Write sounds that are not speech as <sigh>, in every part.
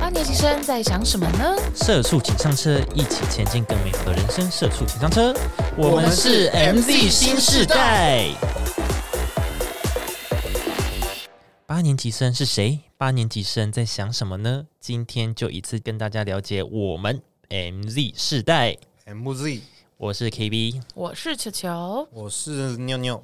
八年级生在想什么呢？社畜请上车，一起前进更美好的人生。社畜请上车，我们是 MZ 新世代。八年级生是谁？八年级生在想什么呢？今天就一次跟大家了解我们 MZ 世代。 MZ，我是 KB，我是球球，我是妞 <laughs> 妞，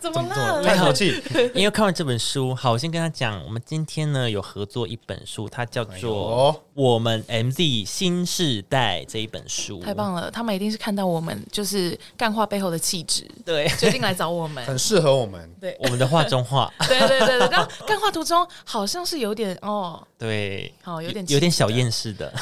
怎怎么么怎么了？叹口气？因为看完这本书，好，我先跟他讲，我们今天呢有合作一本书，它叫做《哦，我们 MZ 新世代》这一本书，太棒了，他们一定是看到我们就是干话背后的气 <laughs> 质，对，决定来找我们。 <laughs> 很 <laughs> 适合我们。对我们的画中画，对对对对，但干话途中好像是有点哦，对，好有点有点小厌世 <laughs> 的。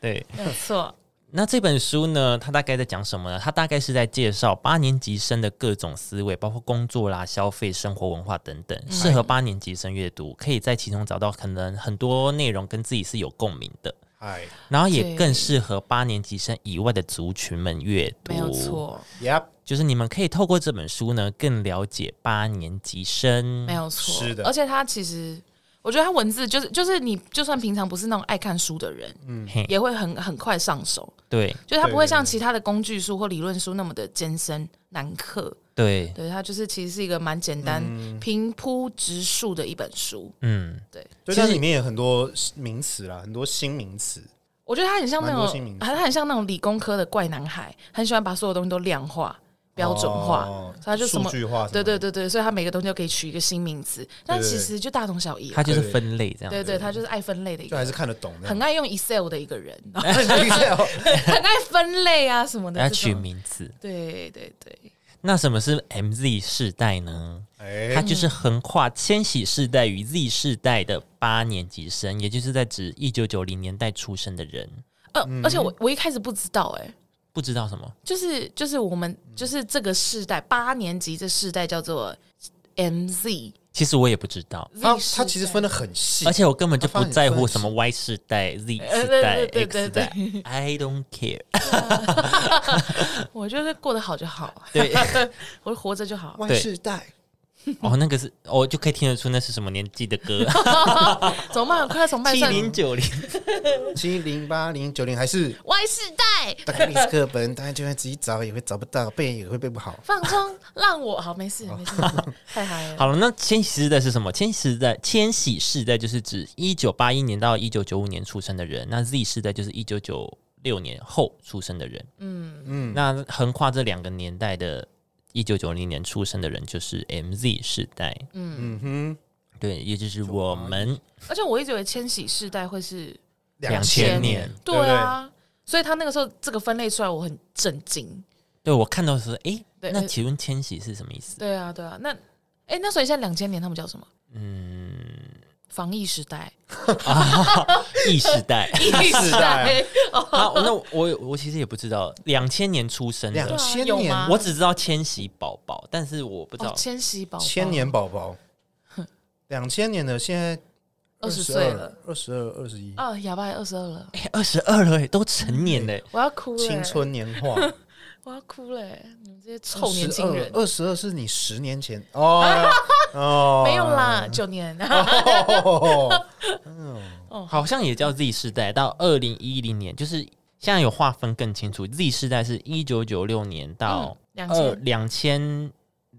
对，没有 <laughs> 错，那这本书呢，它大概在讲什么呢？它大概是在介绍八年级生的各种思维，包括工作啦、消费、生活文化等等，嗯适合八年级生阅读，可以在其中找到可能很多内容跟自己是有共鸣的，嗨然后对也更适合八年级生以外的族群们阅读。没有，错， ，Yep，就是你们可以透过这本书呢，更了解八年级生。没有错。是的而且他其实。我觉得他文字就是就是你就算平常不是那种爱看书的人，嘿也会很很快上手，对就是它不会嗯对对像对其他的工具书或理论书那么的艰深难刻。对，对，它就是其实是一个蛮简单、嗯平铺直述的一本书。嗯，对，就它里面有很多名词啦，很多新名词。我觉得他很像那蛮多新名种，词他他很像那种理工科的怪男孩，很喜欢把所有东西都量化、标准化，哦所以他就什数么。据化什么对的，对对对，所以他每个东西都可以取一个新名词，但对其对实就大同小异啊。它就是对分类这样。对对，他就是爱分类的一就个还人，是看得懂的。很爱用 Excel 的一个 <laughs> 人， <laughs> Excel 很爱分类啊什哎么的。来这取种名字。对对对，那什么是 MZ 世代呢？它哎，就是横跨千禧世代与 Z 世代的八年级生，也就是在指一九九零年代出生的人。呃，嗯而且我我一开始不知道哎、不知道什么就是就是我们就是这个世代八年级这世代叫做 MZ，其实我也不知道，它 Z 它世其实代分的很细而，且我根本就它不帮你在啊乎分什么 Y 世代、Z 呃世代、对对 X 对世代，I don't care。我就是过得好就好，对， <laughs> 我活着就好。万对世代哦，那个是，我、就可以听得出那是什么年纪 <laughs> 的歌，怎么办？快从麦七上零九零。七零八零九零还是 Y 世代打开历史课本，大家就算自己找也会找不到，背也会背不好。放松，让我好没事没事，太嗨了。好了，那千禧世代是什么？千禧世代，千禧世代就是指一九八一年到一九九五年出生的人，那 Z 世代就是一九九六年后出生的人。嗯嗯，那横跨这两个年代的，一九九零年出生的人就是 MZ 世代。嗯哼，对，也就是我们而且我一直以为千禧世代会是，两千千年。对不啊，所以他那个时候这个分类出来，我很震惊。对我看到的时候，诶，对呃那对请问千禧是什么意思？对啊，对啊，那哎、那所以现在两千年他们叫什么？嗯，防疫时代，。异世代 <laughs> 疫时代，啊，那我我其实也不知道，两千年出生两的，对千啊有年吗，我只知道千禧宝宝，但是我不知道哦，千禧宝宝，千年宝宝，两千年的现在二十岁了，二十二、二十一，啊，哑巴也二十二了，二十二了耶，都成年嘞。我要哭了、欸青春年 <laughs> 华，我要哭了、欸你们这些臭年轻人。二十二是你十年前 <laughs> 哦哦，没有啦，九年。 <laughs> 哦，好像也叫 Z 世代，到二零一零年，就是现在有划分更清楚。Z 世代是一九九六年到嗯二两千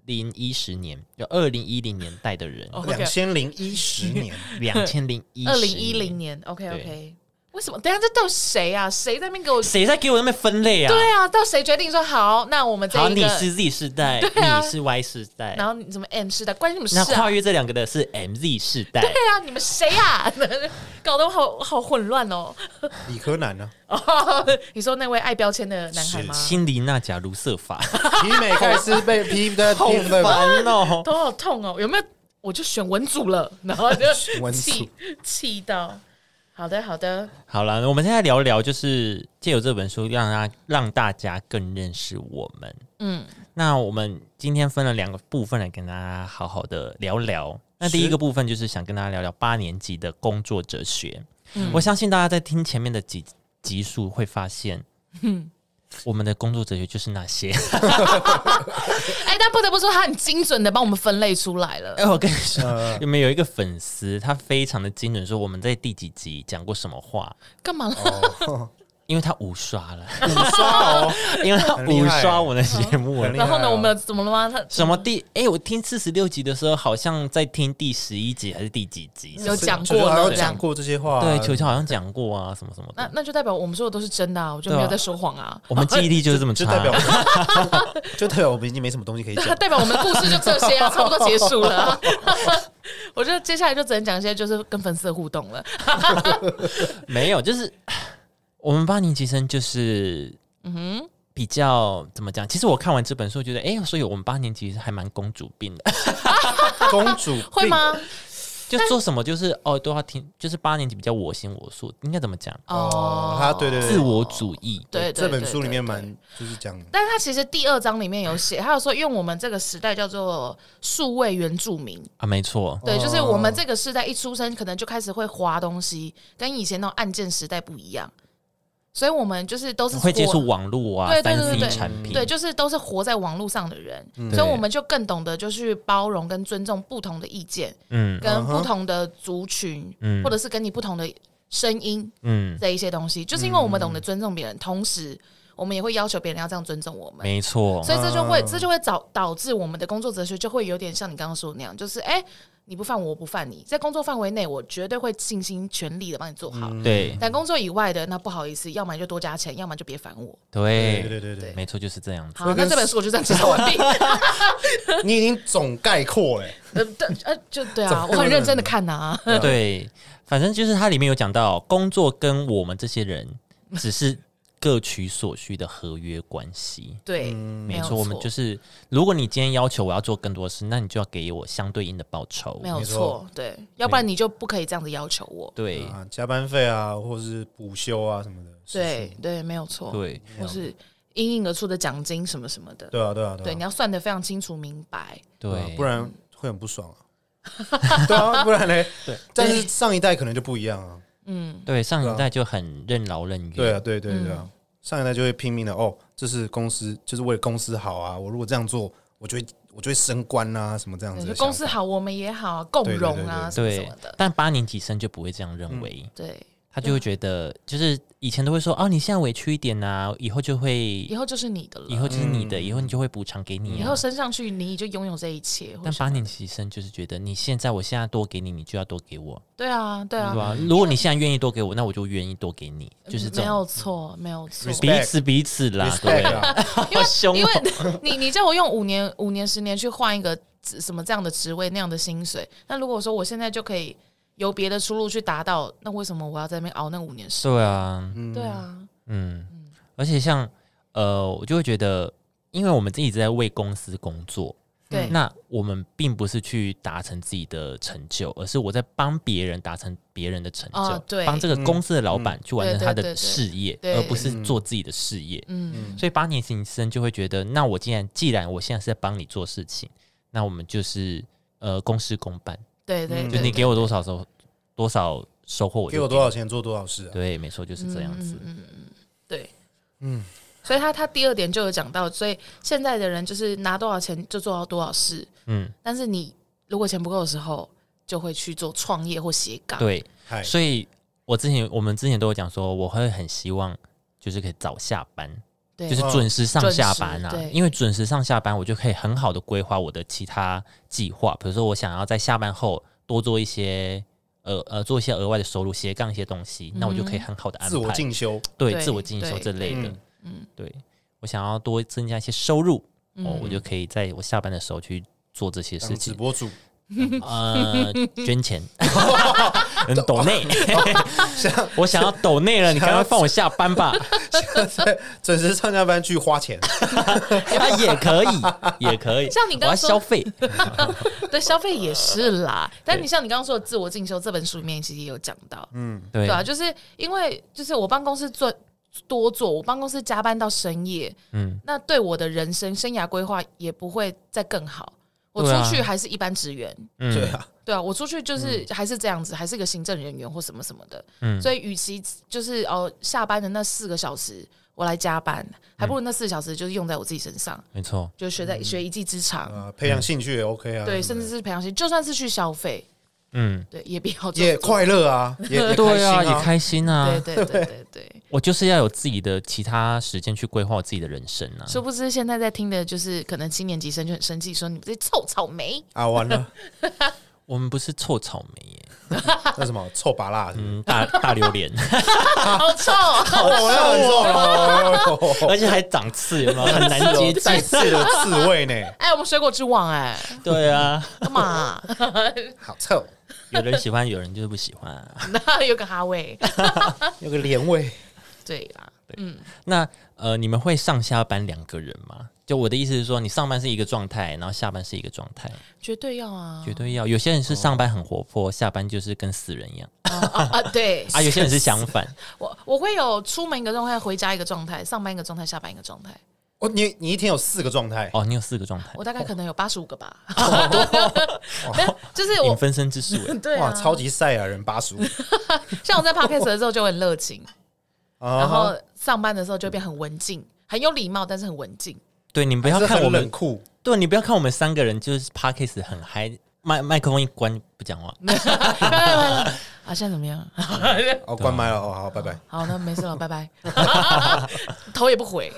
零一十年，就二零一零年代的人，哦两千零一十年， <laughs> 两千零一二零一零，年，OK OK。为什么？等一下这到底谁啊？谁在那边给我？谁在给我那边分类啊？对啊，到底谁决定说好？那我们这好，一你是个， Z 世 <laughs> 代，对啊你是 Y 世代，然后你怎么 M 世代？关你们事那啊跨？越这两个的是 MZ 世代。对啊，你们谁啊？ <laughs> 搞得我好好混乱哦。 <laughs> 理科男啊呢？哦你说那位爱标签的男孩吗？辛迪纳贾卢 <laughs> 瑟法，体美开始被批 <laughs> 的好批的，烦哦！头好痛哦，有没有？我就选文组了，然后就文组气气到。好的，好的，好了，我们现在聊聊，就是借由这本书，让他让大家更认识我们。嗯，那我们今天分了两个部分来跟大家好好的聊聊。那第一个部分就是想跟大家聊聊八年级的工作嗯哲学。我相信大家在听前面的几集数会发现，我们的工作哲学就是那些。哎，但不得不说，他很精准的帮我们分类出来了 <laughs> 哦哎、。我跟你说， <laughs> 有没有一个粉丝，他非常的精准，说我们在第几集讲过什么话，干嘛了？哦，因为他五刷了， <laughs> 五刷哦， <laughs> 因为他很厉五害刷我的节目很厉了。然害后呢，哦我们怎么了吗？他什么第？哎、我听四十六集的时候，好像在听第十一集还是第几集？有讲过球球好了像这讲样。过这些话，对，球球好像讲过啊，什么什么那的。那就代表我们说的都是真的啊，我就没有在说谎啊。我们记忆力就是这么就差代。表我们 <laughs> 就代表我们已经没什么东西可以 <laughs> 讲那。代表我们的故事就这些啊，差不多结束了 <laughs> 啊。我觉得接下来就只能讲一些就是跟粉丝的互动了。没有，就是 <sighs> 我们八年级生就是嗯哼，比较怎么讲？其实我看完这本书，觉得哎、所以我们八年级还蛮公主病的， <laughs> 公主病会？吗？就做什么就是哦都要听，就是八年级比较我行我素，应该怎么讲？哦哦，，他对对对，自我主义。对，对这本书里面。对对对蛮就是讲但是他其实第二章里面有写，他有说用我们这个时代叫做数位原住民，啊，没错，对，哦就是我们这个时代一出生可能就开始会划东西，跟以前那种按键时代不一样，所以我们就是都是会接活触网络啊对，对三对 C 对产品，对，就是都是活在网络上的人，嗯对所以我们就更懂得就去包容跟尊重不同的意见，嗯跟嗯哼不同的族群，嗯或者是跟你不同的声音嗯，这一些东西，就是因为我们懂得尊重别人，同时我们也会要求别人要这样尊重我们。没错，所以这就会，这就会导导致我们的工作哲学就会有点像你刚刚说的那样，就是哎、你不犯我，我不犯你，在工作范围内，我绝对会尽心全力的帮你做好。对但工作以外的，那不好意思，要么你就多加钱，要么就别烦我。对对对对对，没错，就是这样子。好，那这本书我就这样介绍完毕。你已经总概括欸嘞，呃，但呃，就对怎么啊，会我有很认人真的看呐、啊。嗯对啊对，反正就是它里面有讲到，工作跟我们这些 <laughs> 人只是各取所需的合约关系。对，没没有错，我们错就是，如果你今天要求我要做更多事，那你就要给我相对应的报酬。没有没错错，对，要不然你就不可以这样子要求我。对、啊，加班费啊，或者是补休啊什么的，是对对，没有错，对，或是因应而出的奖金什么什么的，对啊对啊对，对你啊，要算的非常清楚明白。对啊对，不然会很不爽啊。 <laughs> 对啊，不然嘞，对，但是上一代可能就不一样啊。嗯对上一代就很任劳任怨。对啊，对对对啊，上一代就会拼命的哦，这是公司，就是为了公司好啊。我如果这样做，我就会我就会升官啊，什么这样对子的就想法。公司好，我们也好，共对对荣啊，什么什对么的。但八年级生就不会这样嗯认为，对，他就会觉得，就是以前都会说，哦，你现在委屈一点呐、以后就会以，后就是你的了，以后就是你的，嗯以后你就会补偿给你、啊。以后升上去，你就拥有这一切。或但是八年级生就是觉得，你现在我现在多给你，你就要多给我，对啊，对对啊，嗯吧？如果你现在愿意多给我，那我就愿意多给你，就是这没种有错，没有错。 Respect 彼此彼此啦，对 respect，啊，好凶、哦 <laughs> 因为 <laughs> 你你叫我用五年、五年、十年去换一个职什么这样的职位那样的薪水，那如果说我现在就可以有别的出路去达到，那为什么我要在那边熬那五年时？对啊，对啊，嗯，而且像呃，我就会觉得，因为我们自己在为公司工作，嗯对，那我们并不是去达成自己的成就，而是我在帮别人达成别人的成就，哦对嗯帮这个公司的老板去完对成对他对对的事业，对而不是做自己的事业。嗯，所以八年级生就会觉得，那我既然既然我现在是在帮你做事情，那我们就是呃公事公办，对对，就对是你给我多少收多少收获我就给我多少钱做多少事啊。对，没错，就是这样子。嗯对，嗯。所以他他第二点就有讲到，所以现在的人就是拿多少钱就做到多少事，嗯，但是你如果钱不够的时候，就会去做创业或斜杠。对，嗨，所以我之前我们之前都有讲说，我会很希望就是可以早下班，对，就是准时上下班啊准时对，因为准时上下班，我就可以很好的规划我的其他计划，比如说我想要在下班后多做一些。呃呃，做一些额外的收入，斜杠一些东西，那我就可以很好的安排。自我进修，对嗯对自我进修对这类的嗯，嗯对我想要多增加一些收入，哦嗯，我就可以在我下班的时候去做这些当事直情，播主， <laughs> 呃，捐钱， <laughs> 嗯，抖 <laughs> 内， <laughs> 我想要抖内了，你赶快放我下班吧，准时上下班去花钱，啊，也可以，也可以，像你刚我要说消费，对消费也是啦。但你像你刚刚说的自我进修这本书里面，其实也有讲到，对对啊，就是因为就是我帮公司做多做，我帮公司加班到深夜，嗯，那对我的人生生涯规划也不会再更好。我对啊出去还是一般职员，对嗯，啊，对啊，我出去就是还是这样子，还是个行政人员或什么什么的。嗯所以，与其就是哦下班的那四个小时，我来加班，还嗯不如那四小时就是用在我自己身上，没错，就学在、学一技之长，啊，培养兴趣也 OK 啊，对，甚至是培养兴趣，就算是去消费，嗯，对，也比较也快乐啊，也也开对心啊，也啊，开心对啊，对对对对。我就是要有自己的其他时间去规划我自己的人生啊。殊不知现在在听的就是可能七年级生就很生气，说你们这臭草莓，啊完了，我们不是臭草莓耶，那什么臭拔辣是不是，嗯， <laughs> 大大榴莲，好臭 <laughs> 哦！好臭哦，而且还长刺，有没有？很难 <laughs> 接近。再次的刺猬呢，哎，我们水果之王哎，对啊，干嘛 <laughs> 啊？好臭，有人喜欢，有人就是不喜欢、啊。那有个哈味，有个连味，对啦，那呃，你们会上下班两个人吗？就我的意思是说，你上班是一个状态，然后下班是一个状态，绝对要啊，绝对要。有些人是上班很活泼，下班就是跟死人一样啊啊！对 <laughs> 啊。有些人是相反，我我会有出门一个状态，回家一个状态，上班一个状态，下班一个状态。哦，你你一天有四个状态，哦，你有四个状态，我大概可能有八十五个吧， <laughs> 没有就是引 <laughs> 我分身之术耶。对哦哇，啊，超级赛亚人八十五，像我在 podcast 的时候就很热 <laughs> 情，然然后上班的时候就变很文静，很有礼貌，但是很文 <laughs> 静。 <laughs> 对，你不要看我很冷们，酷，对你不要看我们三个人就是 p a r k a s 很嗨，麦麦克风一关不讲话。啊，现在怎么样？哦，关麦了，哦，好，拜拜。好，那没事了，拜 <laughs> 拜。头也不回，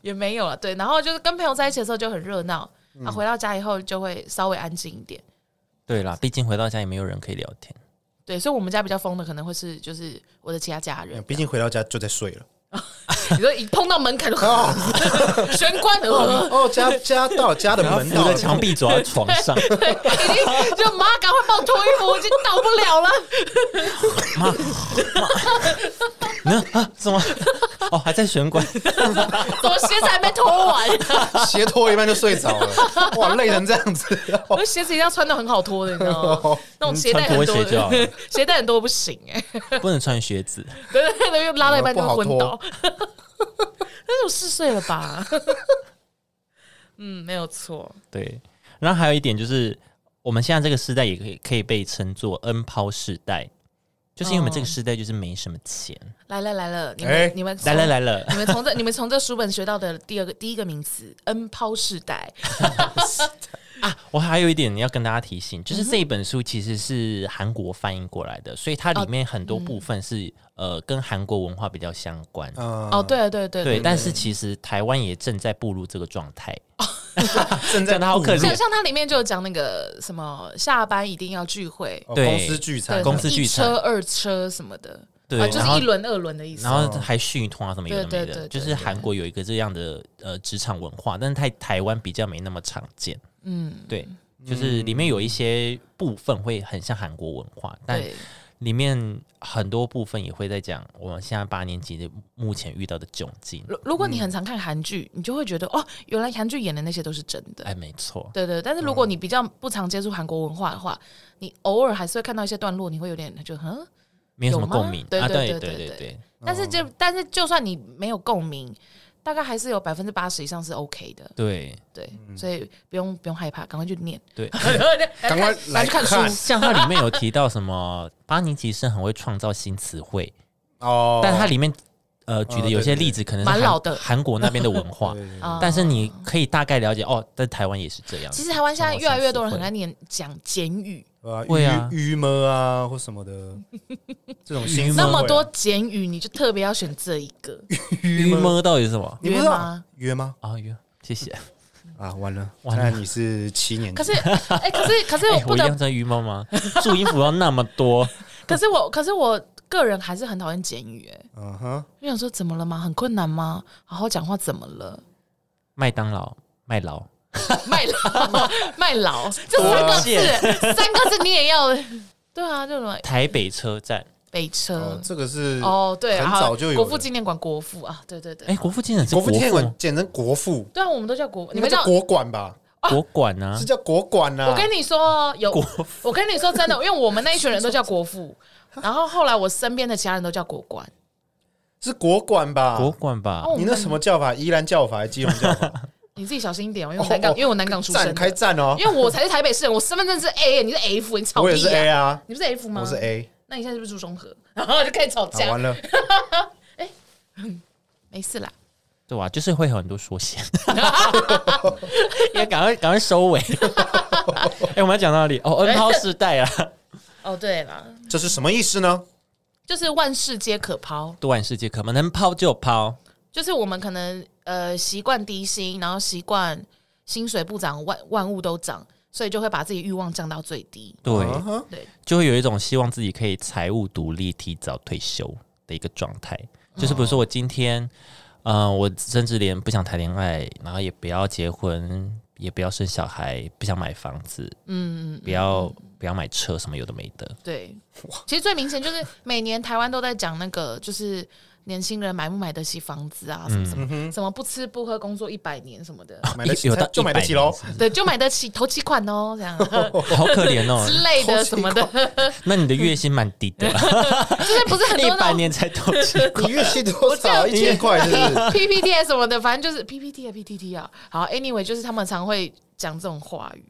也没有了。对，然后就是跟朋友在一起的时候就很热闹，嗯啊，回到家以后就会稍微安静一点。对啦，毕竟回到家也没有人可以聊天。对，所以我们家比较疯的可能会是就是我的其他家人，毕竟回到家就在睡了。你说一碰到门槛就 <laughs> 玄关了，哦，家家到家的门扶到着了墙，壁走到床 <laughs> 上，已经就妈赶快帮我脱衣服，我已经到不了了。那啊什么？哦，还在玄关，怎么鞋子还没脱 <laughs> 完？鞋脱一半就睡着了，哇，累成这样子。我鞋子一定要穿的很好脱的，你知道 <laughs> 吗？那种鞋带很嗯穿拖鞋就好多了，鞋带很多不行哎、 <laughs> 不能穿靴子。对对对，又拉到一半就不好会昏脱倒。 <laughs> 但是我四岁了吧？ <laughs> 嗯，没有错。对，然后还有一点就是，我们现在这个时代也可以可以被称作 N 抛世代，就是因为我们哦这个时代就是没什么钱。来了来了，你们、哎你们来来。来了，你们从这你们从这书本学到的第二个第一个名词“恩抛世代我还有一点要跟大家提醒，就是这一本书其实是韩国翻译过来的，所以它里面很多部分是、呃跟韩国文化比较相关。嗯”，哦，，对对对对，但是其实台湾也正在步入这个状态，正在真的好可像怜。像它里面就有讲那个什么下班一定要聚会，哦对公司聚餐对，公司一聚餐车二车什么的，对啊，就然后是一轮二轮的意思然。后还续通啊什么有的对没对的，对就对是韩国有一个这样的呃职场文化，但是台台湾比较没那么常见。嗯，对，就是里面有一些部分会很像韩国文化，但对，里面很多部分也会在讲我们现在八年级的目前遇到的窘境。如如嗯果你很常看韩剧，你就会觉得哦，原来韩剧演的那些都是真的。哎，哦没错，对对，但是如果你比较不常接触韩国文化的话，你偶尔还是会看到一些段落，你会有点就嗯。没有什么有吗共鸣对啊，对对对对对对但哦是就、但是就算你没有共鸣，大概还是有百分之八十以上是 OK 的。对对，嗯所以不用不用害怕，赶快去念，对。 <laughs> 赶赶快来来去看看书。像它里面有提到什么八年级生很会创造新词汇，哦，但它里面呃举的有些对对对例子可能是蛮韩老的韩国那边的文化 <laughs> 对。对对啊但是你可以大概了解哦，在台湾也是这样。其实台湾现在越来越多人很爱爱念讲简语，对会啊啊，鱼鱼么啊或什 <laughs> 么的，这种新鱼那吗么啊多简语，你就特别要选这一个。鱼鱼吗？么到底是什么你不知约道吗约吗？啊？鱼，谢谢。啊，完了，完看了来你是七年级，可是，哎、可是可是我哎，不我一得样在鱼吗吗？注音符要那么多， <laughs> 可是我，可是我个人还是很讨厌简语、哎，嗯哼，就想说怎么了吗？很困难吗？好好讲话怎么了？ <laughs> 麦当劳、麦劳，卖老， <laughs> 卖老，这三个字， <laughs> 三个字你也要？对啊，就什么台北车站。北哦车，这个是呃哦，对，很啊早就有国父的纪念馆国父啊，对对对哎，，国父纪念馆是国国父纪念父馆吗，简称国父，对啊，我们都叫国，你你们们叫叫。国啊馆吧？国馆啊是，叫国馆呐？我跟你说，有国我跟你说真的，因为我们那一群人都叫国父，然后后来我身边的其他人都叫国官。是国馆吧？国馆吧哦，你那什么叫法？宜兰叫法还是基隆叫法？你自己小心一点哦，因为 <laughs> 我南港，哦哦因为我南港出生站开的，战哦！因为我才是台北市人，我身份证是 A，你是 F，你吵我也屁嗯是呀 A 啊，你不是 F 吗？我是 A，那你现在是不是住中和？然后就开始吵好架。完了，没事啦，对吧、啊就是会有很多缩写，要赶快赶快收 <laughs> 尾。哎、我们要讲到哪里？哦，N 抛世代啊，哦对啦，这是什么意思呢？就是万事皆可抛，多玩世界可能能抛就抛，就是我们可能呃习惯低薪，然后习惯薪水不涨，万万物都涨，所以就会把自己欲望降到最低。对，啊哈对，就会有一种希望自己可以财务独立、提早退休的一个状态。就是比如说我今天，呃，我甚至连不想谈恋爱，然后也不要结婚，也不要生小孩，不想买房子，嗯，不要不要买车，什么有的没的。对。其实最明显就是每年台湾都在讲那个，就是年轻人买不买得起房子啊，嗯什么什么、什么不吃不喝工作一百年什么 <laughs> 的，买得起有到就买得起喽。对，就买得起头期款哦，这样好可怜哦！之类的头期什款么的，那你的月薪蛮低的，啊就是不是很多 <laughs> <laughs> 一那百种年才投资。你月薪多少？我这样一千块是不 <laughs> 是？ PPT 啊什么的，反正就是 PPT 啊 PTT 啊。好，anyway，就是他们常会讲这种话语。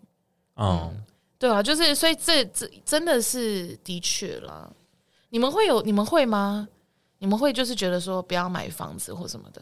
嗯，对啊，就是所以这这真的是的确啦。你们会有你们会吗？你们会就是觉得说不要买房子或什么的？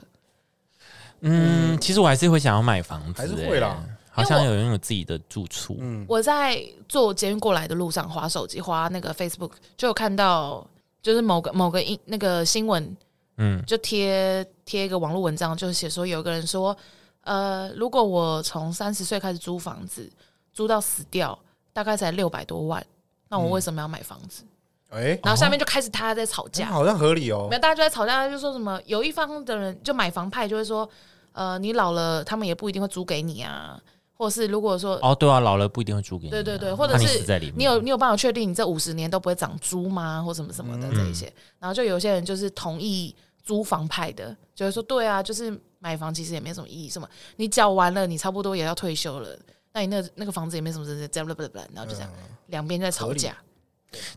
嗯，其实我还是会想要买房子、还是会啦欸好像有拥有自己的住处。我在坐捷运过来的路上滑手机，滑那个 Facebook，就有看到就是某个某个英那个新闻，嗯就贴贴一个网络文章，就是写说有一个人说，呃，如果我从三十岁开始租房子，租到死掉，大概才六百多万，那我为什么要买房子？哎，然后下面就开始他在吵架，好像合理哦没。有，大家就在吵架，就说什么有一方的人就买房派就会说，呃，你老了，他们也不一定会租给你啊，或是如果说，哦，对啊，老了不一定会租给你啊，对对对，或者怕你是死在里面。你有你有办法确定你这五十年都不会长猪吗，或什么什么嗯的这一些，然后就有些人就是同意租房派的，就会说，对啊，就是买房其实也没什么意义，什么你缴完了，你差不多也要退休了，那你那那个房子也没什么这这样不不不，然后就这样嗯两边在吵架，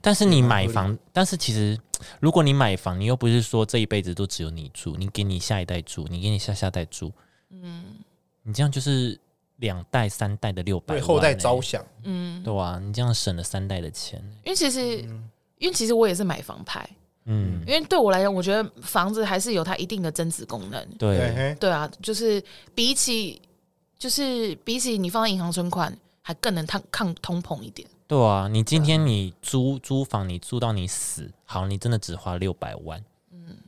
但是你买房，嗯但是其实如果你买房，你又不是说这一辈子都只有你住，你给你下一代住，你给你下下代住，嗯，你这样就是两代三代的六百、欸为后代着，想，嗯，对啊，你这样省了三代的钱，因欸为其实因为其实我也是买房派。嗯，因为对我来讲，我觉得房子还是有它一定的增值功能。对，对，嘿对啊，就是比起就是比起你放在银行存款，还更能抗抗通膨一点。对啊，你今天你租租房，你租到你死，好，你真的只花六百万，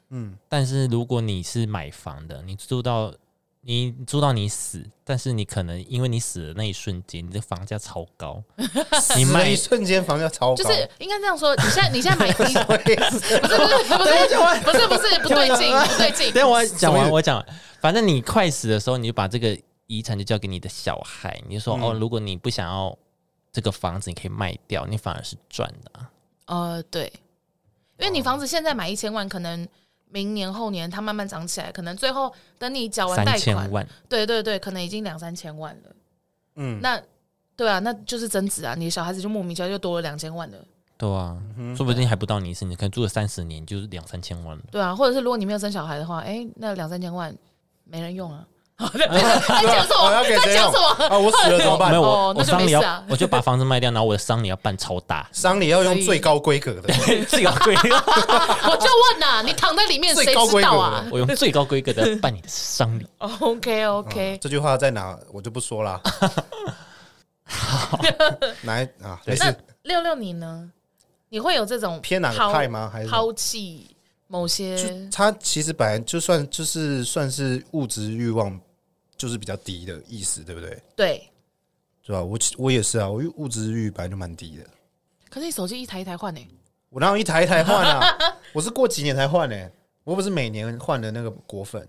嗯，但是如果你是买房的，你租到你租到你死，但是你可能因为你死的那一瞬间，你的房价超高，你死了卖一瞬间房价超高，就是应该这样说，你现在你现在买，你不是不是不是不是不是不对劲不对劲，等一下我讲什么意完，思我讲完，反正你快死的时候，你就把这个遗产就交给你的小孩，你就说、哦，如果你不想要这个房子，你可以卖掉，你反而是赚的啊、呃，对，因为你房子现在买一千万，可能明年后年它慢慢涨起来，可能最后等你缴完三贷千款，万。对对对，可能已经两三千万了。 <laughs> 嗯，那对啊，那就是增值啊，你的小孩子就莫名其妙就多了两千万了。对啊，说不定还不到你死，你可能住了三十年就是两三千万了。对啊，或者是如果你没有生小孩的话，哎、那两三千万没人用啊。 <laughs> 在讲什我么？要给在谁讲用什么？啊？我死了怎么没办，有？我，哦那我就没丧礼要、事啊我就把房子卖掉，然后我的丧礼要办超大丧礼要用最高规格的， <laughs> 最高规格， <laughs> 我就问呐、你躺在里 <laughs> 面谁最高知规格道啊 <laughs> 我用最高规格 <laughs> 的办你的丧礼。 ？OK OK，这句话在哪我就不 <laughs> 说了。来啊，那没事，六六你呢？你会有这种偏哪抛个派吗？还是抛弃某些就他其实本来就算就是算是物质欲望就是比较低的意思，对不对？对？是吧？我其我也是啊，我物质欲本来就蛮低的，可是你手机一台一台 <laughs> 换呢、我哪有一台一台 <laughs> 换啊？我是过几年才换呢、我又不是每年换的那个果粉，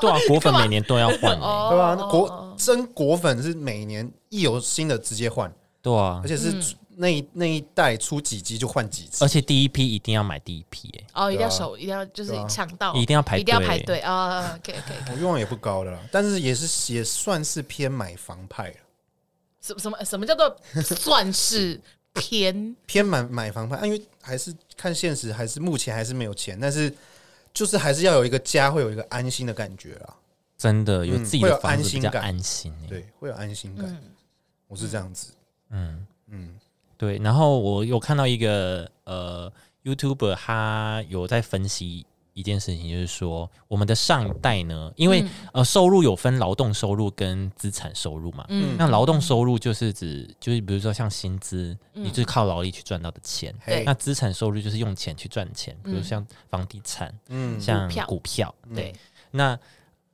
对啊， <laughs> 果粉每年都要换、欸，哦对啊吧？那果真果粉是每年一有新的直接换，对啊而，且是嗯出那一那一代出几机就换几而次，且第一批一定要买第一批、欸，哦，一定要对啊手，一定要就是对啊抢到，一定要排队一定要排队啊！OK OK，我欲望也不高的啦，但是也是也算是偏买房派了，什什么什么叫做算是 <laughs> 偏？偏买买房派，啊因为还是看现实，还是目前还是没有钱，但是就是还是要有一个家，会有一个安心的感觉啦，真的有嗯自己会有的房安子比心较感安心、欸。对，会有安心感，嗯我是这样子，对，然后我有看到一个呃 YouTuber，他有在分析一件事情，就是说我们的上一代呢，因嗯为、呃收入有分劳动收入跟资产收入嘛，嗯那劳动收入就是指就是比如说像薪资，你就是靠劳力去赚到的钱，嗯对嗯那资产收入就是用钱去赚钱，比如像房地产，嗯像股票嗯股票，对对，那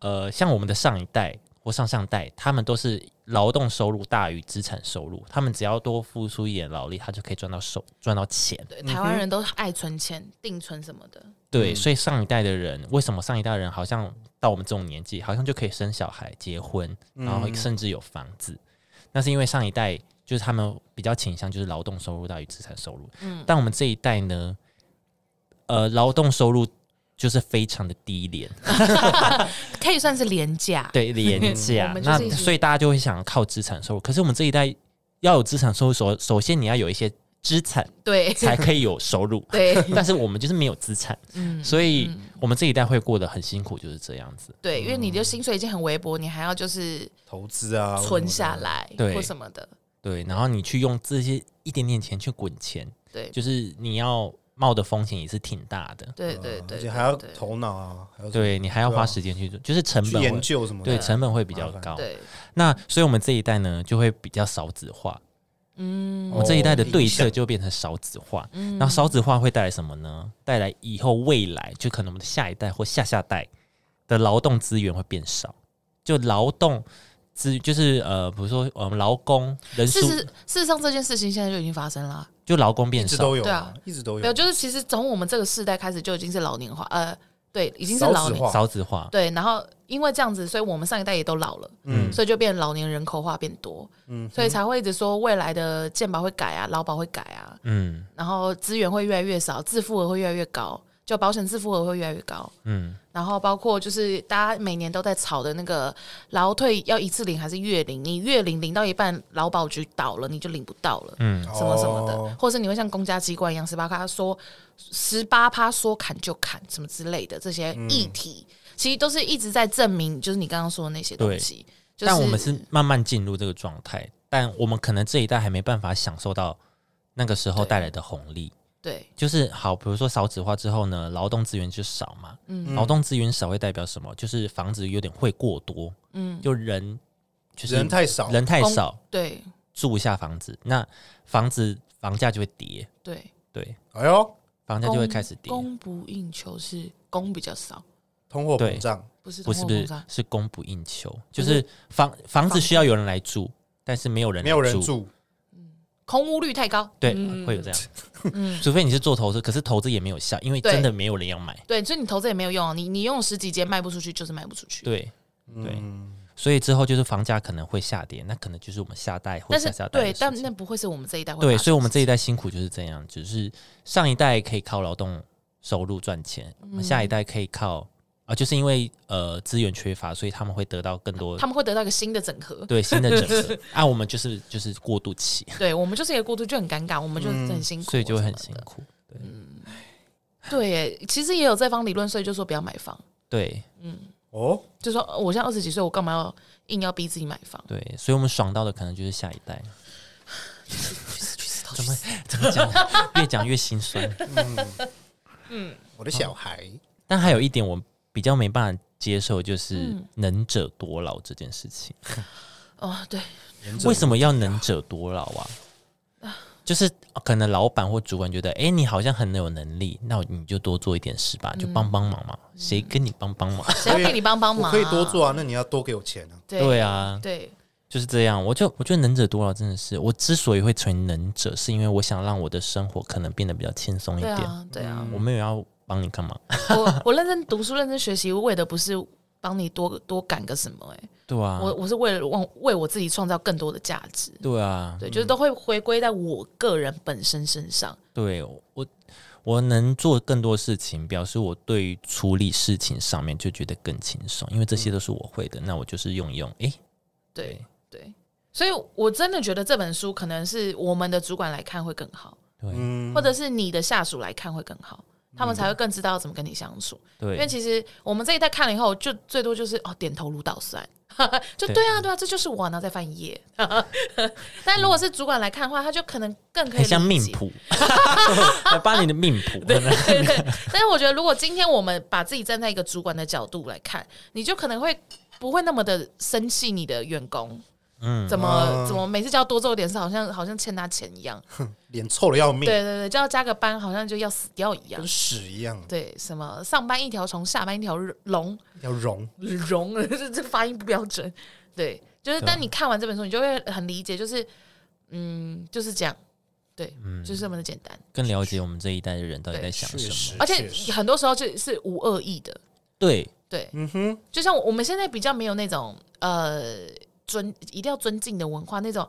呃，像我们的上一代或上上代，他们都是劳动收入大于资产收入，他们只要多付出一点劳力，他就可以赚到手赚到钱。对，台湾人都爱存钱、定存什么的，对，嗯所以上一代的人，为什么上一代人好像到我们这种年纪，好像就可以生小孩、结婚，然后嗯甚至有房子？那是因为上一代就是他们比较倾向就是劳动收入大于资产收入，嗯但我们这一代呢，呃，劳动收入就是非常的 <laughs> 低廉，可以算是廉价。对廉价我们，就是那一直所以大家就会想靠资产收入。可是我们这一代要有资产收入，首首先你要有一些资产对，才可以有收入 <laughs> 对， <laughs> 但是我们就是没有资产，嗯，所以我们这一代会过得很辛苦，就是这样子。对，因为你的薪水已经很微薄，你还要就是投资啊，存下，来对或什么的，对，然后你去用这些一点点钱去滚钱，对，就是你要冒的风险也是挺大的。对对啊嗯而对，且对还要对头脑啊，还有什么对你还要对花啊时间去做，就是成去本研会究什么的，对成本会比较麻烦高。对，那所以我们这一代呢就会比较少子化，嗯，我们这一代的哦对影响策就变成少子哦化。那少子化会带来什么呢？带来以后未来就可能我们的下一代或下下代的劳动资源会变少，就劳动资就是呃，比如说我们劳工人事数，实事实上这件事情现在就已经发生了，就劳工一变直少。都有对啊，一直都没有，有，就是其实从我们这个世代开始就已经是老年化，呃，对，已经是少老子年化少子化，对，然后因为这样子，所以我们上一代也都老了，嗯所以就变老年人口化变多，嗯所以才会一直说未来的健保会改啊，劳保会改啊，嗯然后资源会越来越少，自付额会越来越高，就保险自付额会越来越高，嗯，然后包括就是大家每年都在吵的那个劳退要一次领还是月领，你月领领到一半，劳保局倒了你就领不到了，嗯什么什么的，哦或是你会像公家机关一样，十八趴说十八趴说砍就砍什么之类的这些议题，其实都是一直在证明，就是你刚刚说的那些东西。就是、但我们是慢慢进入这个状态，但我们可能这一代还没办法享受到那个时候对带来的红利。对就是好，比如说少子化之后呢，劳动资源就少嘛。嗯劳动资源少会代表什么？就是房子有点会过多，嗯就人就是人太少，人太工少，对住不下房子，那房子房价就会跌，对，对，哎呦，房价供就会开始跌。供不应求是供比较少，通货对膨胀，不是不是通不货膨是胀，是供不应求，不就是是房房子房需要有人来住，但是没有人没有来人住，空屋率太高。对，嗯会有这样。嗯 <laughs> 除非你是做投资，可是投资也没有效，因为对真的没有人要买。对，所以你投资也没有用啊，你你用十几间卖不出去，就是卖不出去。对，对嗯，所以之后就是房价可能会下跌，那可能就是我们下代或但是下下代的对，事但情那不会是我们这一代会对，发所以我生们的这一代辛苦就是这样，只、是上一代可以靠劳动收入赚钱，嗯我们下一代可以靠啊、就是因为呃资源缺乏，所以他们会得到更多事他们会得到一个新的整合。 <laughs> 对新的整合。啊，我们就是就是过渡期，对我们就是一个过渡，就很尴尬，我们就嗯很辛苦， <laughs> 所以就会很辛苦。苦。对、对耶，其实也有这方理论，所以就说不要买房，对哦，就说呃我现在二十几岁，我干嘛要硬要逼自己买房？对，所以我们爽到的可能就是下一代。去怎么怎么讲？越讲越心酸。我的小孩，但还有一点我比较没办法接受，就是嗯能者多劳这件事情。 <laughs> 哦，对，为什么要能者多劳啊？就是呃可能老板或主管觉得，哎、你好像很有能力，那你就多做一点事嗯吧，就帮帮忙嘛。谁、跟你帮帮忙？谁要给你帮帮我忙？可以多，做啊，那你要多给我钱啊，嗯对对啊，对，就是这样。我就我觉得能者多劳真的是，我之所以会成为能者，是因为我想让我的生活可能变得比较轻松一对点。嗯啊，对啊，我没有要帮你干嘛，我我认真读书，认真学习，为的不是帮你多多赶个什么、欸，对啊，我我是为了为为我自己创造更多的价值。对啊，对，就是都会回归在我个人本身身上。对我，我能做更多事情，表示我对于处理事情上面就觉得更轻松，因为嗯这些都是我会的，那我就是用一用。诶，对对，所以我真的觉得这本书可能是我们的主管来看会更好。对，嗯或，者是你的下属来看会更好，他们才会更知道怎么跟你相处。因为嗯对，其实我们这一代看了以后，就最多就是哦点头如捣蒜， <laughs> 就对对啊对啊，这就是我，然后再翻一页。 <laughs> 但如果是主管来看的话，他就可能更可以很像理命解谱， <laughs> 来帮你的命谱，对对， <laughs> 嗯但是我觉得，如果今天我们把自己站在一个主管的角度来看，你就可能会不会那么的生气你的员工，嗯，怎么、啊怎么每次就要多做点事，好像好像欠他钱一样，脸臭的要命，对对对，就要加个班，好像就要死掉一样跟。屎一样，对，什么上班一条虫，下班一条龙，呃要融。容 <laughs> 这这发音不标准。对，就是对啊当你看完这本书，你就会很理解，就是嗯，就是这样，对，嗯就是这么的简单。更了解我们这一代的人到底对在想确什实么。而且确实很多时候就是无恶意的，对，对，嗯哼，就像我们现在比较没有那种呃尊一定要尊敬的文化那种。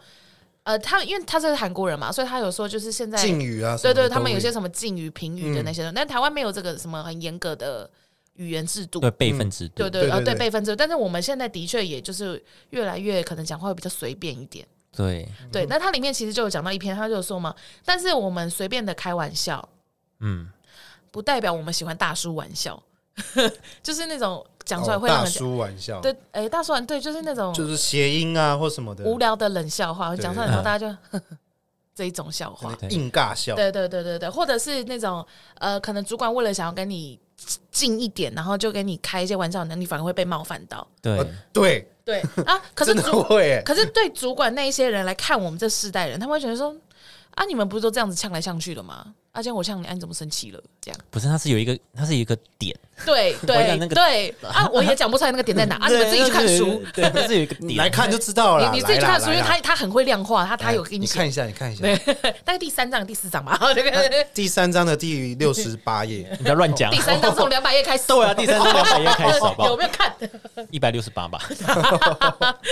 呃，他因为他是韩国人嘛，所以他有说就是现在敬语啊，对什么对，的他们都有些会嗯什么敬语、评语的那些的，但台湾没有这个什么很严格的语言制度。对备嗯份制度对，对呃对呃对对对辈分制度，但是我们现在的确也就是越来越可能讲话会比较随便一点。对，嗯对，那它里面其实就有讲到一篇，他就说嘛，但是我们随便的开玩笑，嗯，不代表我们喜欢大叔玩笑， <laughs> 就是那种讲出来哦会让大人家、叔玩笑，对，哎，大叔玩对，就是那种就是谐音啊或什么的，无聊的冷笑话，对讲出来以后嗯大家就、呵呵这一种笑话可。能硬尬笑，对对对对对，或者是那种呃，可能主管为了想要跟你近一点，然后就跟你开一些玩笑，那你反而会被冒犯到。对呃，对，对啊，可是真的主会耶，可是对主管那一些人来看我们这世代人，他们会觉得说啊，你们不是都这样子呛来呛去的吗？啊，今天我呛你，啊，你怎么生气了？这样不是，它是有一个，它是有一个点， <laughs> 对也对想那个对啊，我也讲不出来那个点在哪啊，你们自己去看书。，对，它是有一个 <laughs> 你点来。看就知道了啦，你你自己去来啦哎看书，因为来啦他他很会量化，他他有给你写看，一下，你看一下， <laughs> 大概第三章、第四章吧， <laughs> 这个第三章的第六十八页， <laughs> 你不要乱讲第，三章从两百页开始，对啊，第三章两百页 <laughs> 开始好不有好？没有看？一百六十八吧，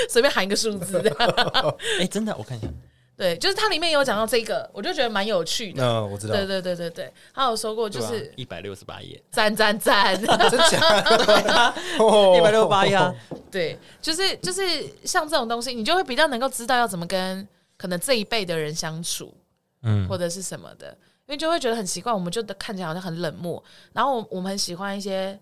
随便喊一个数字， <laughs> 哎，真的，我看一下，对，就是它里面有讲到这个，我就觉得蛮有趣嗯的。那嗯我知道，对啊对对对对，他有说过就是一百六十八页，赞赞赞， <laughs> <laughs> 真假哦的？一一百六十八页啊，对，就是就是像这种东西，你就会比较能够知道要怎么跟可能这一辈的人相处，嗯或者是什么的，因为就会觉得很奇怪，我们就看起来好像很冷漠，然后我我们很喜欢一些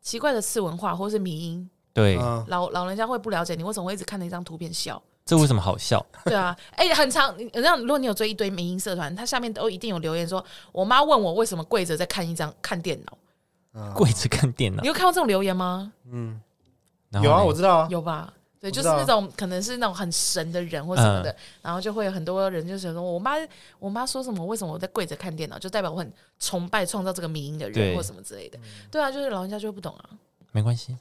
奇怪的次文化或是迷音，对，嗯，老老人家会不了解你为什么会一直看那张图片笑。 <laughs> 这为什么好笑？对啊，哎、很长。你让如果你有追一堆民营社团，它下面都一定有留言说，我妈问我为什么跪着在看一张看电脑。 <laughs> 跪着看啊电脑你，有看到这种留言吗？然后有啊，呢我知道啊，有吧？对，我就知是道啊嗯那种可能是那种很神的人或什么的，然后就会有很多人就想说，我妈我妈说什么？为什么我在跪着看电脑？就代表我很崇拜创造这个民营的人对或什么之类的。对啊，就是老人家就会不懂啊。没关系。嗯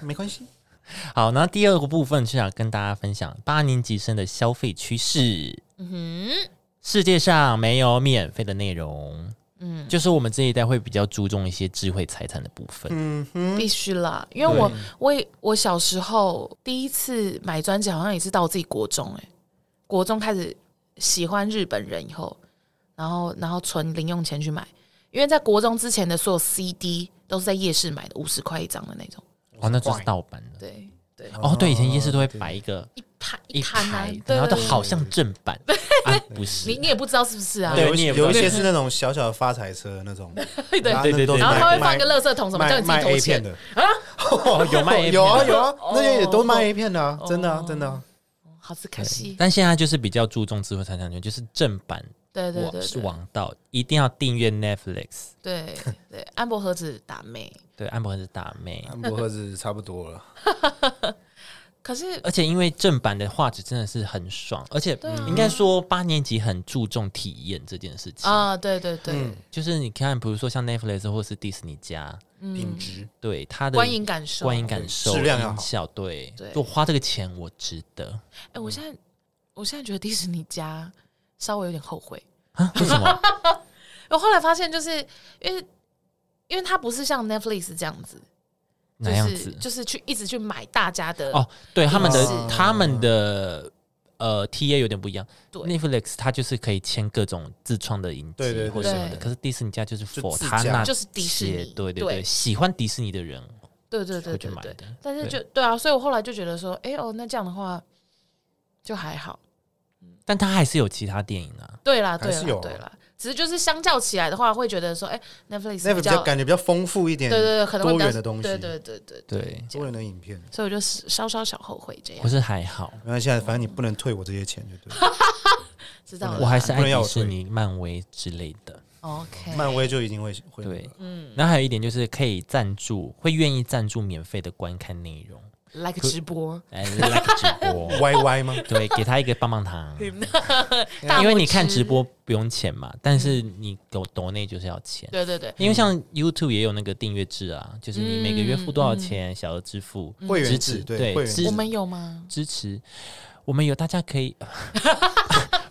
没关系，好，那第二个部分是想跟大家分享八年级生的消费趋势。嗯哼，世界上没有免费的内容，嗯，就是我们这一代会比较注重一些智慧财产的部分。嗯哼，必须啦，因为我我也我小时候第一次买专辑，好像也是到我自己国中哎、国中开始喜欢日本人以后，然后然后存零用钱去买，因为在国中之前的所有 CD 都是在夜市买的，五十块一张的那种。哦，那就是盗版的。对对，哦，对，以前夜市都会摆一个一盘一盘啊排，，对然对后都对好像正版，啊不是你，你也不知道是不是啊？对有一你些也不知道有一些是那种小小的发财车那种， <laughs> 对对然后对对那都是然后卖他会放一个卖垃圾桶什么，叫卖你自卖己投 A 片钱。啊的，哦有 <laughs> 卖 A 片的有啊有啊，那些也哦都卖 A 片的啊，真的啊真的啊，好是可惜，但现在就是比较注重智慧财产权，就是正版，对对我对是对王道，一定要订阅 Netflix。对 <laughs> 对，安博盒子打妹，对，安博是大妹，安博盒子差不多了，可是而且因为正版的画质真的是很爽，而且、啊应该说八年级很注重体验这件事情。啊，对对对，嗯，就是你看，比如说像 Netflix 或是迪士尼家，嗯品质对它的观影感受，观影感受、质量要好音效，对，对就花这个钱我值 <laughs> 得哎，我现在我现在觉得迪士尼家稍微有点后悔，啊？为什么？我后来发现就是因为因为它不是像 Netflix 这样子，哪就样是子？就是去一直去买大家的哦，对，他们的、是他们的呃 TA 有点不一样。对 Netflix 它就是可以签各种自创的影集对对对或什么的，对可是迪士尼家就是就 for 自他家那就是迪士些尼对对对对，喜欢迪士尼的人对对对会去对买对的，。但是对就对啊，所以我后来就觉得说，哎、哦，那这样的话就还好。但他还是有其他电影啊，对啦，还对啦，是有啊对啦，只是就是相较起来的话，会觉得说，哎、n e t f l i x 那个比比较较感觉比较丰富一点，对对对，可能会比多较元的东西对对对对，对，多元的影片。所以我就是稍稍小后悔这样我，是还好，没关系啊，反正你不能退我这些钱就对了。知道了。我还是不能爱要迪我士退尼、漫威之类的。 OK，漫威就一定会会对，嗯，然后还有一点就是可以赞助，会愿意赞助免费的观看内容，哎 like 直播，来 like 直播， YY 吗？对，给他一个棒棒糖，大因为拇你看指直，播不用钱嘛，但是你抖抖内就是要钱，对对对，因为像 YouTube 也有那个订阅制啊，就是你每个月付多少钱，小额支付，会员支制持对会员支我们有吗？支持，我们有大家可以。 <laughs>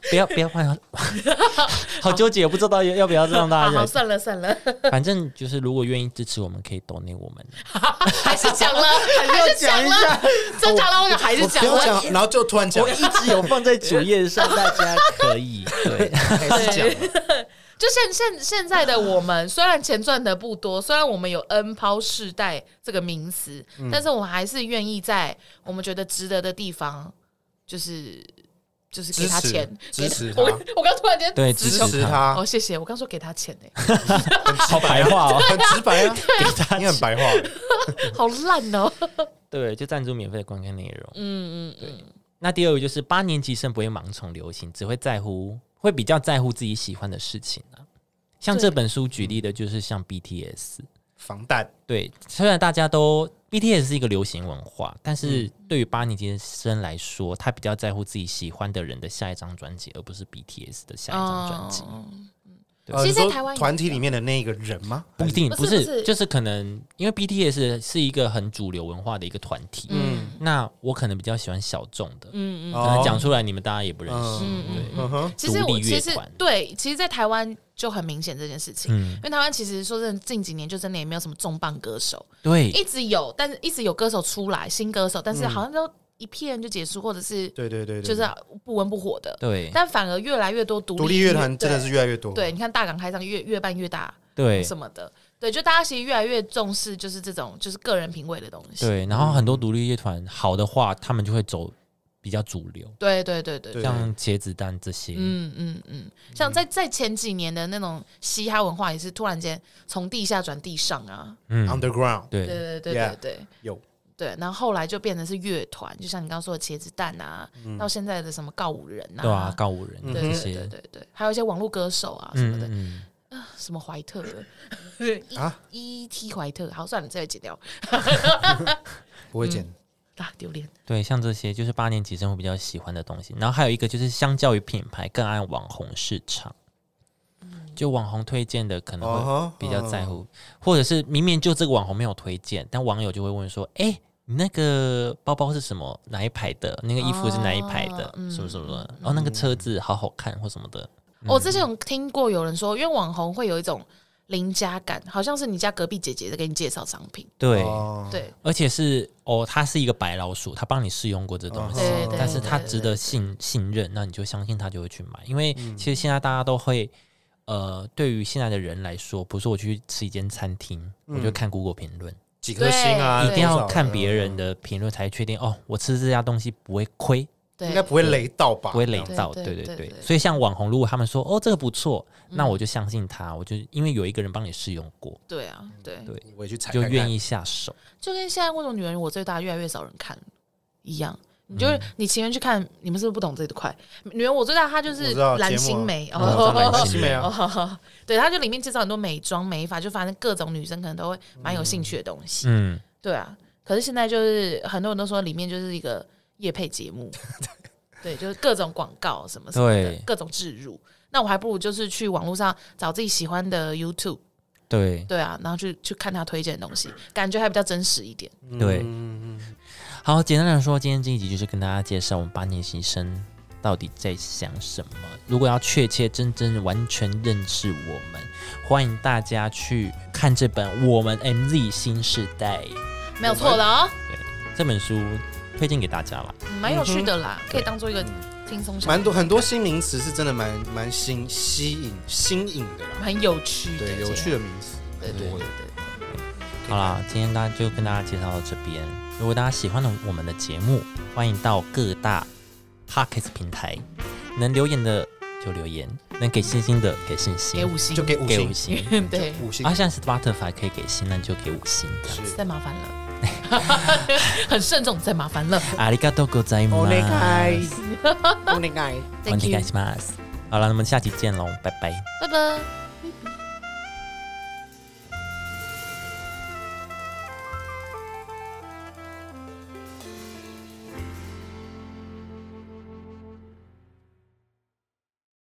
不要不要换， <laughs> 好纠结，不知道要要不要让大好家好，认。算了算了，反正就是，如果愿意支持我们，可以 donate 我们。 <laughs> 还是讲了， <laughs> 还是讲了，真假的我讲还是我讲不要了，讲，然后就突然讲，我一直有放在主页上，大家可以对。还是讲了，就现现现在的我们，虽然钱赚的不多，虽然我们有 “n 抛世代”这个名词，但是我们还是愿意在我们觉得值得的地方，就是就是给他支持钱，给支持 <laughs> 我他我刚突然间对直支球持持他哦，，谢谢，我刚说给他钱哎、好白话 <laughs> 哦。很直白啊，你很白话，好烂哦、对，就赞助免费的观看内容。嗯嗯，对。那第二个就是八年级生不会盲从流行，只会在乎，会比较在乎自己喜欢的事情啊。像这本书举例的，就是像 BTS。防弹对，虽然大家都 BTS 是一个流行文化，但嗯是对于八年级生来说，他比较在乎自己喜欢的人的下一张专辑，而不是 BTS 的下一张专辑。嗯呃其实你说在台湾也团体里面的那个人吗？不一定，不不是是，不是就是可能因为 BTS 是一个很主流文化的一个团体，嗯那我可能比较喜欢小众的，嗯嗯，可能讲出，出来你们大家也不认识，哦嗯对，嗯哼，其实独我立乐其实团对，其实，在台湾就很明显这件事情。嗯因，为台湾其实说真的，近几年就真的也没有什么重磅歌手，对，嗯一直有，但是一直有歌手出来，新歌手，但是好像都一片就结束，或者是对对对，对就是不温不火的。对，但反而越来越多独独立乐团真的是越来越多，对对，你看大港开唱越越办越大对，什么的，对，就大家其实越来越重视就是这种就是个人品味的东西。对，然后很多独立乐团好的话，他们就会走比较主流，对对对对对像茄子蛋这些，嗯嗯嗯，像在在前几年的那种嘻哈文化也是突然间从地下转地上啊，嗯， ，Underground 对对对对，对 Yeah 对。有对，然后后来就变成是乐团，就像你刚刚说的茄子蛋啊，到现在的什么告五人对啊，告五人嗯对这对些对，对对对，还有一些网络歌手啊什么嗯的，嗯什么怀特对啊，E.T. 怀特，好，算了，这个剪掉不会嗯剪，啊，丢脸。对，像这些就是八年级生会比较喜欢的东西。然后还有一个就是，相较于品牌，更爱网红市场。嗯就网红推荐的可能嗯会哼比较在乎，或者是明明就这个网红没有推荐，但网友就会问说：“哎、你那个包包是什么哪一排的？那个衣服是哪一排的？哦嗯什么什么的？然后那个车子好好看或什么的。哦我、之前有听过有人说，因为网红会有一种邻家感，好像是你家隔壁姐姐在给你介绍商品，对，哦，对而且是哦，他是一个白老鼠，他帮你试用过这东西，哦对对对但是他对值得信信任，那你就相信他就会去买。因为其实现在大家都会，呃，对于现在的人来说，不是我去吃一间餐厅，我就看 Google 评论，几颗星啊，嗯对一定多要少看别人，的评论才确定哦，我吃这家东西不会亏，对，应该不会雷到吧？不会累到。啊对对对对对对对，嗯所以像网红，如果他们说哦这个不错，那我就相信他，我就因为有一个人帮你试用过，对啊，对，对我也去踩就看看，愿意下手。就跟现在为什么女人我最大越来越少人看一样。你就是你情愿去看，你们是不是不懂这一块？嗯女人我最大，她就我是知道蓝节心目啊湄嗯我知道蓝啊心西美啊，哦， <laughs> 对，他就里面介绍很多美妆、美发，就反正各种女生可能都会蛮有兴趣的东西。嗯，对啊，可是现在就是很多人都说里面就是一个夜配节 <laughs> 目，对，就是各种广告什么什么的对，各种置入。那我还不如就是去网络上找自己喜欢的 YouTube，对对啊，然后去去看他推荐的东西，感觉还比较真实一点。对。嗯，嗯好，简单来说，今天这一集就是跟大家介绍我们八年级生到底在想什么。如果要确切、真正、完全认识我们，欢迎大家去看这本《我们 MZ 新时代》没有错的哦，这本书，推荐给大家啦。蛮有趣的啦，可以对当做一个轻松小嗯蛮多很多新名词是真的蛮蛮新吸引新颖的啦，很有趣的这样，对，有趣的名词，对，对对对对。好啦，今天大家就跟大家介绍到这边。如果大家喜欢我们的节目，欢迎到各大 Podcast 平台能留言的就留言，能给星星的给星给星，五星，就给五给五星，<laughs> 星。对，五星啊，现在 Spotify 可以给星，那你就给五星这样。再麻烦了， <laughs> 很慎重，再麻烦了。啊阿里嘎多ございお願 <laughs> ます。い。お願い。お Thank 願 you，いします。好了，那么下期见喽，拜拜。拜拜。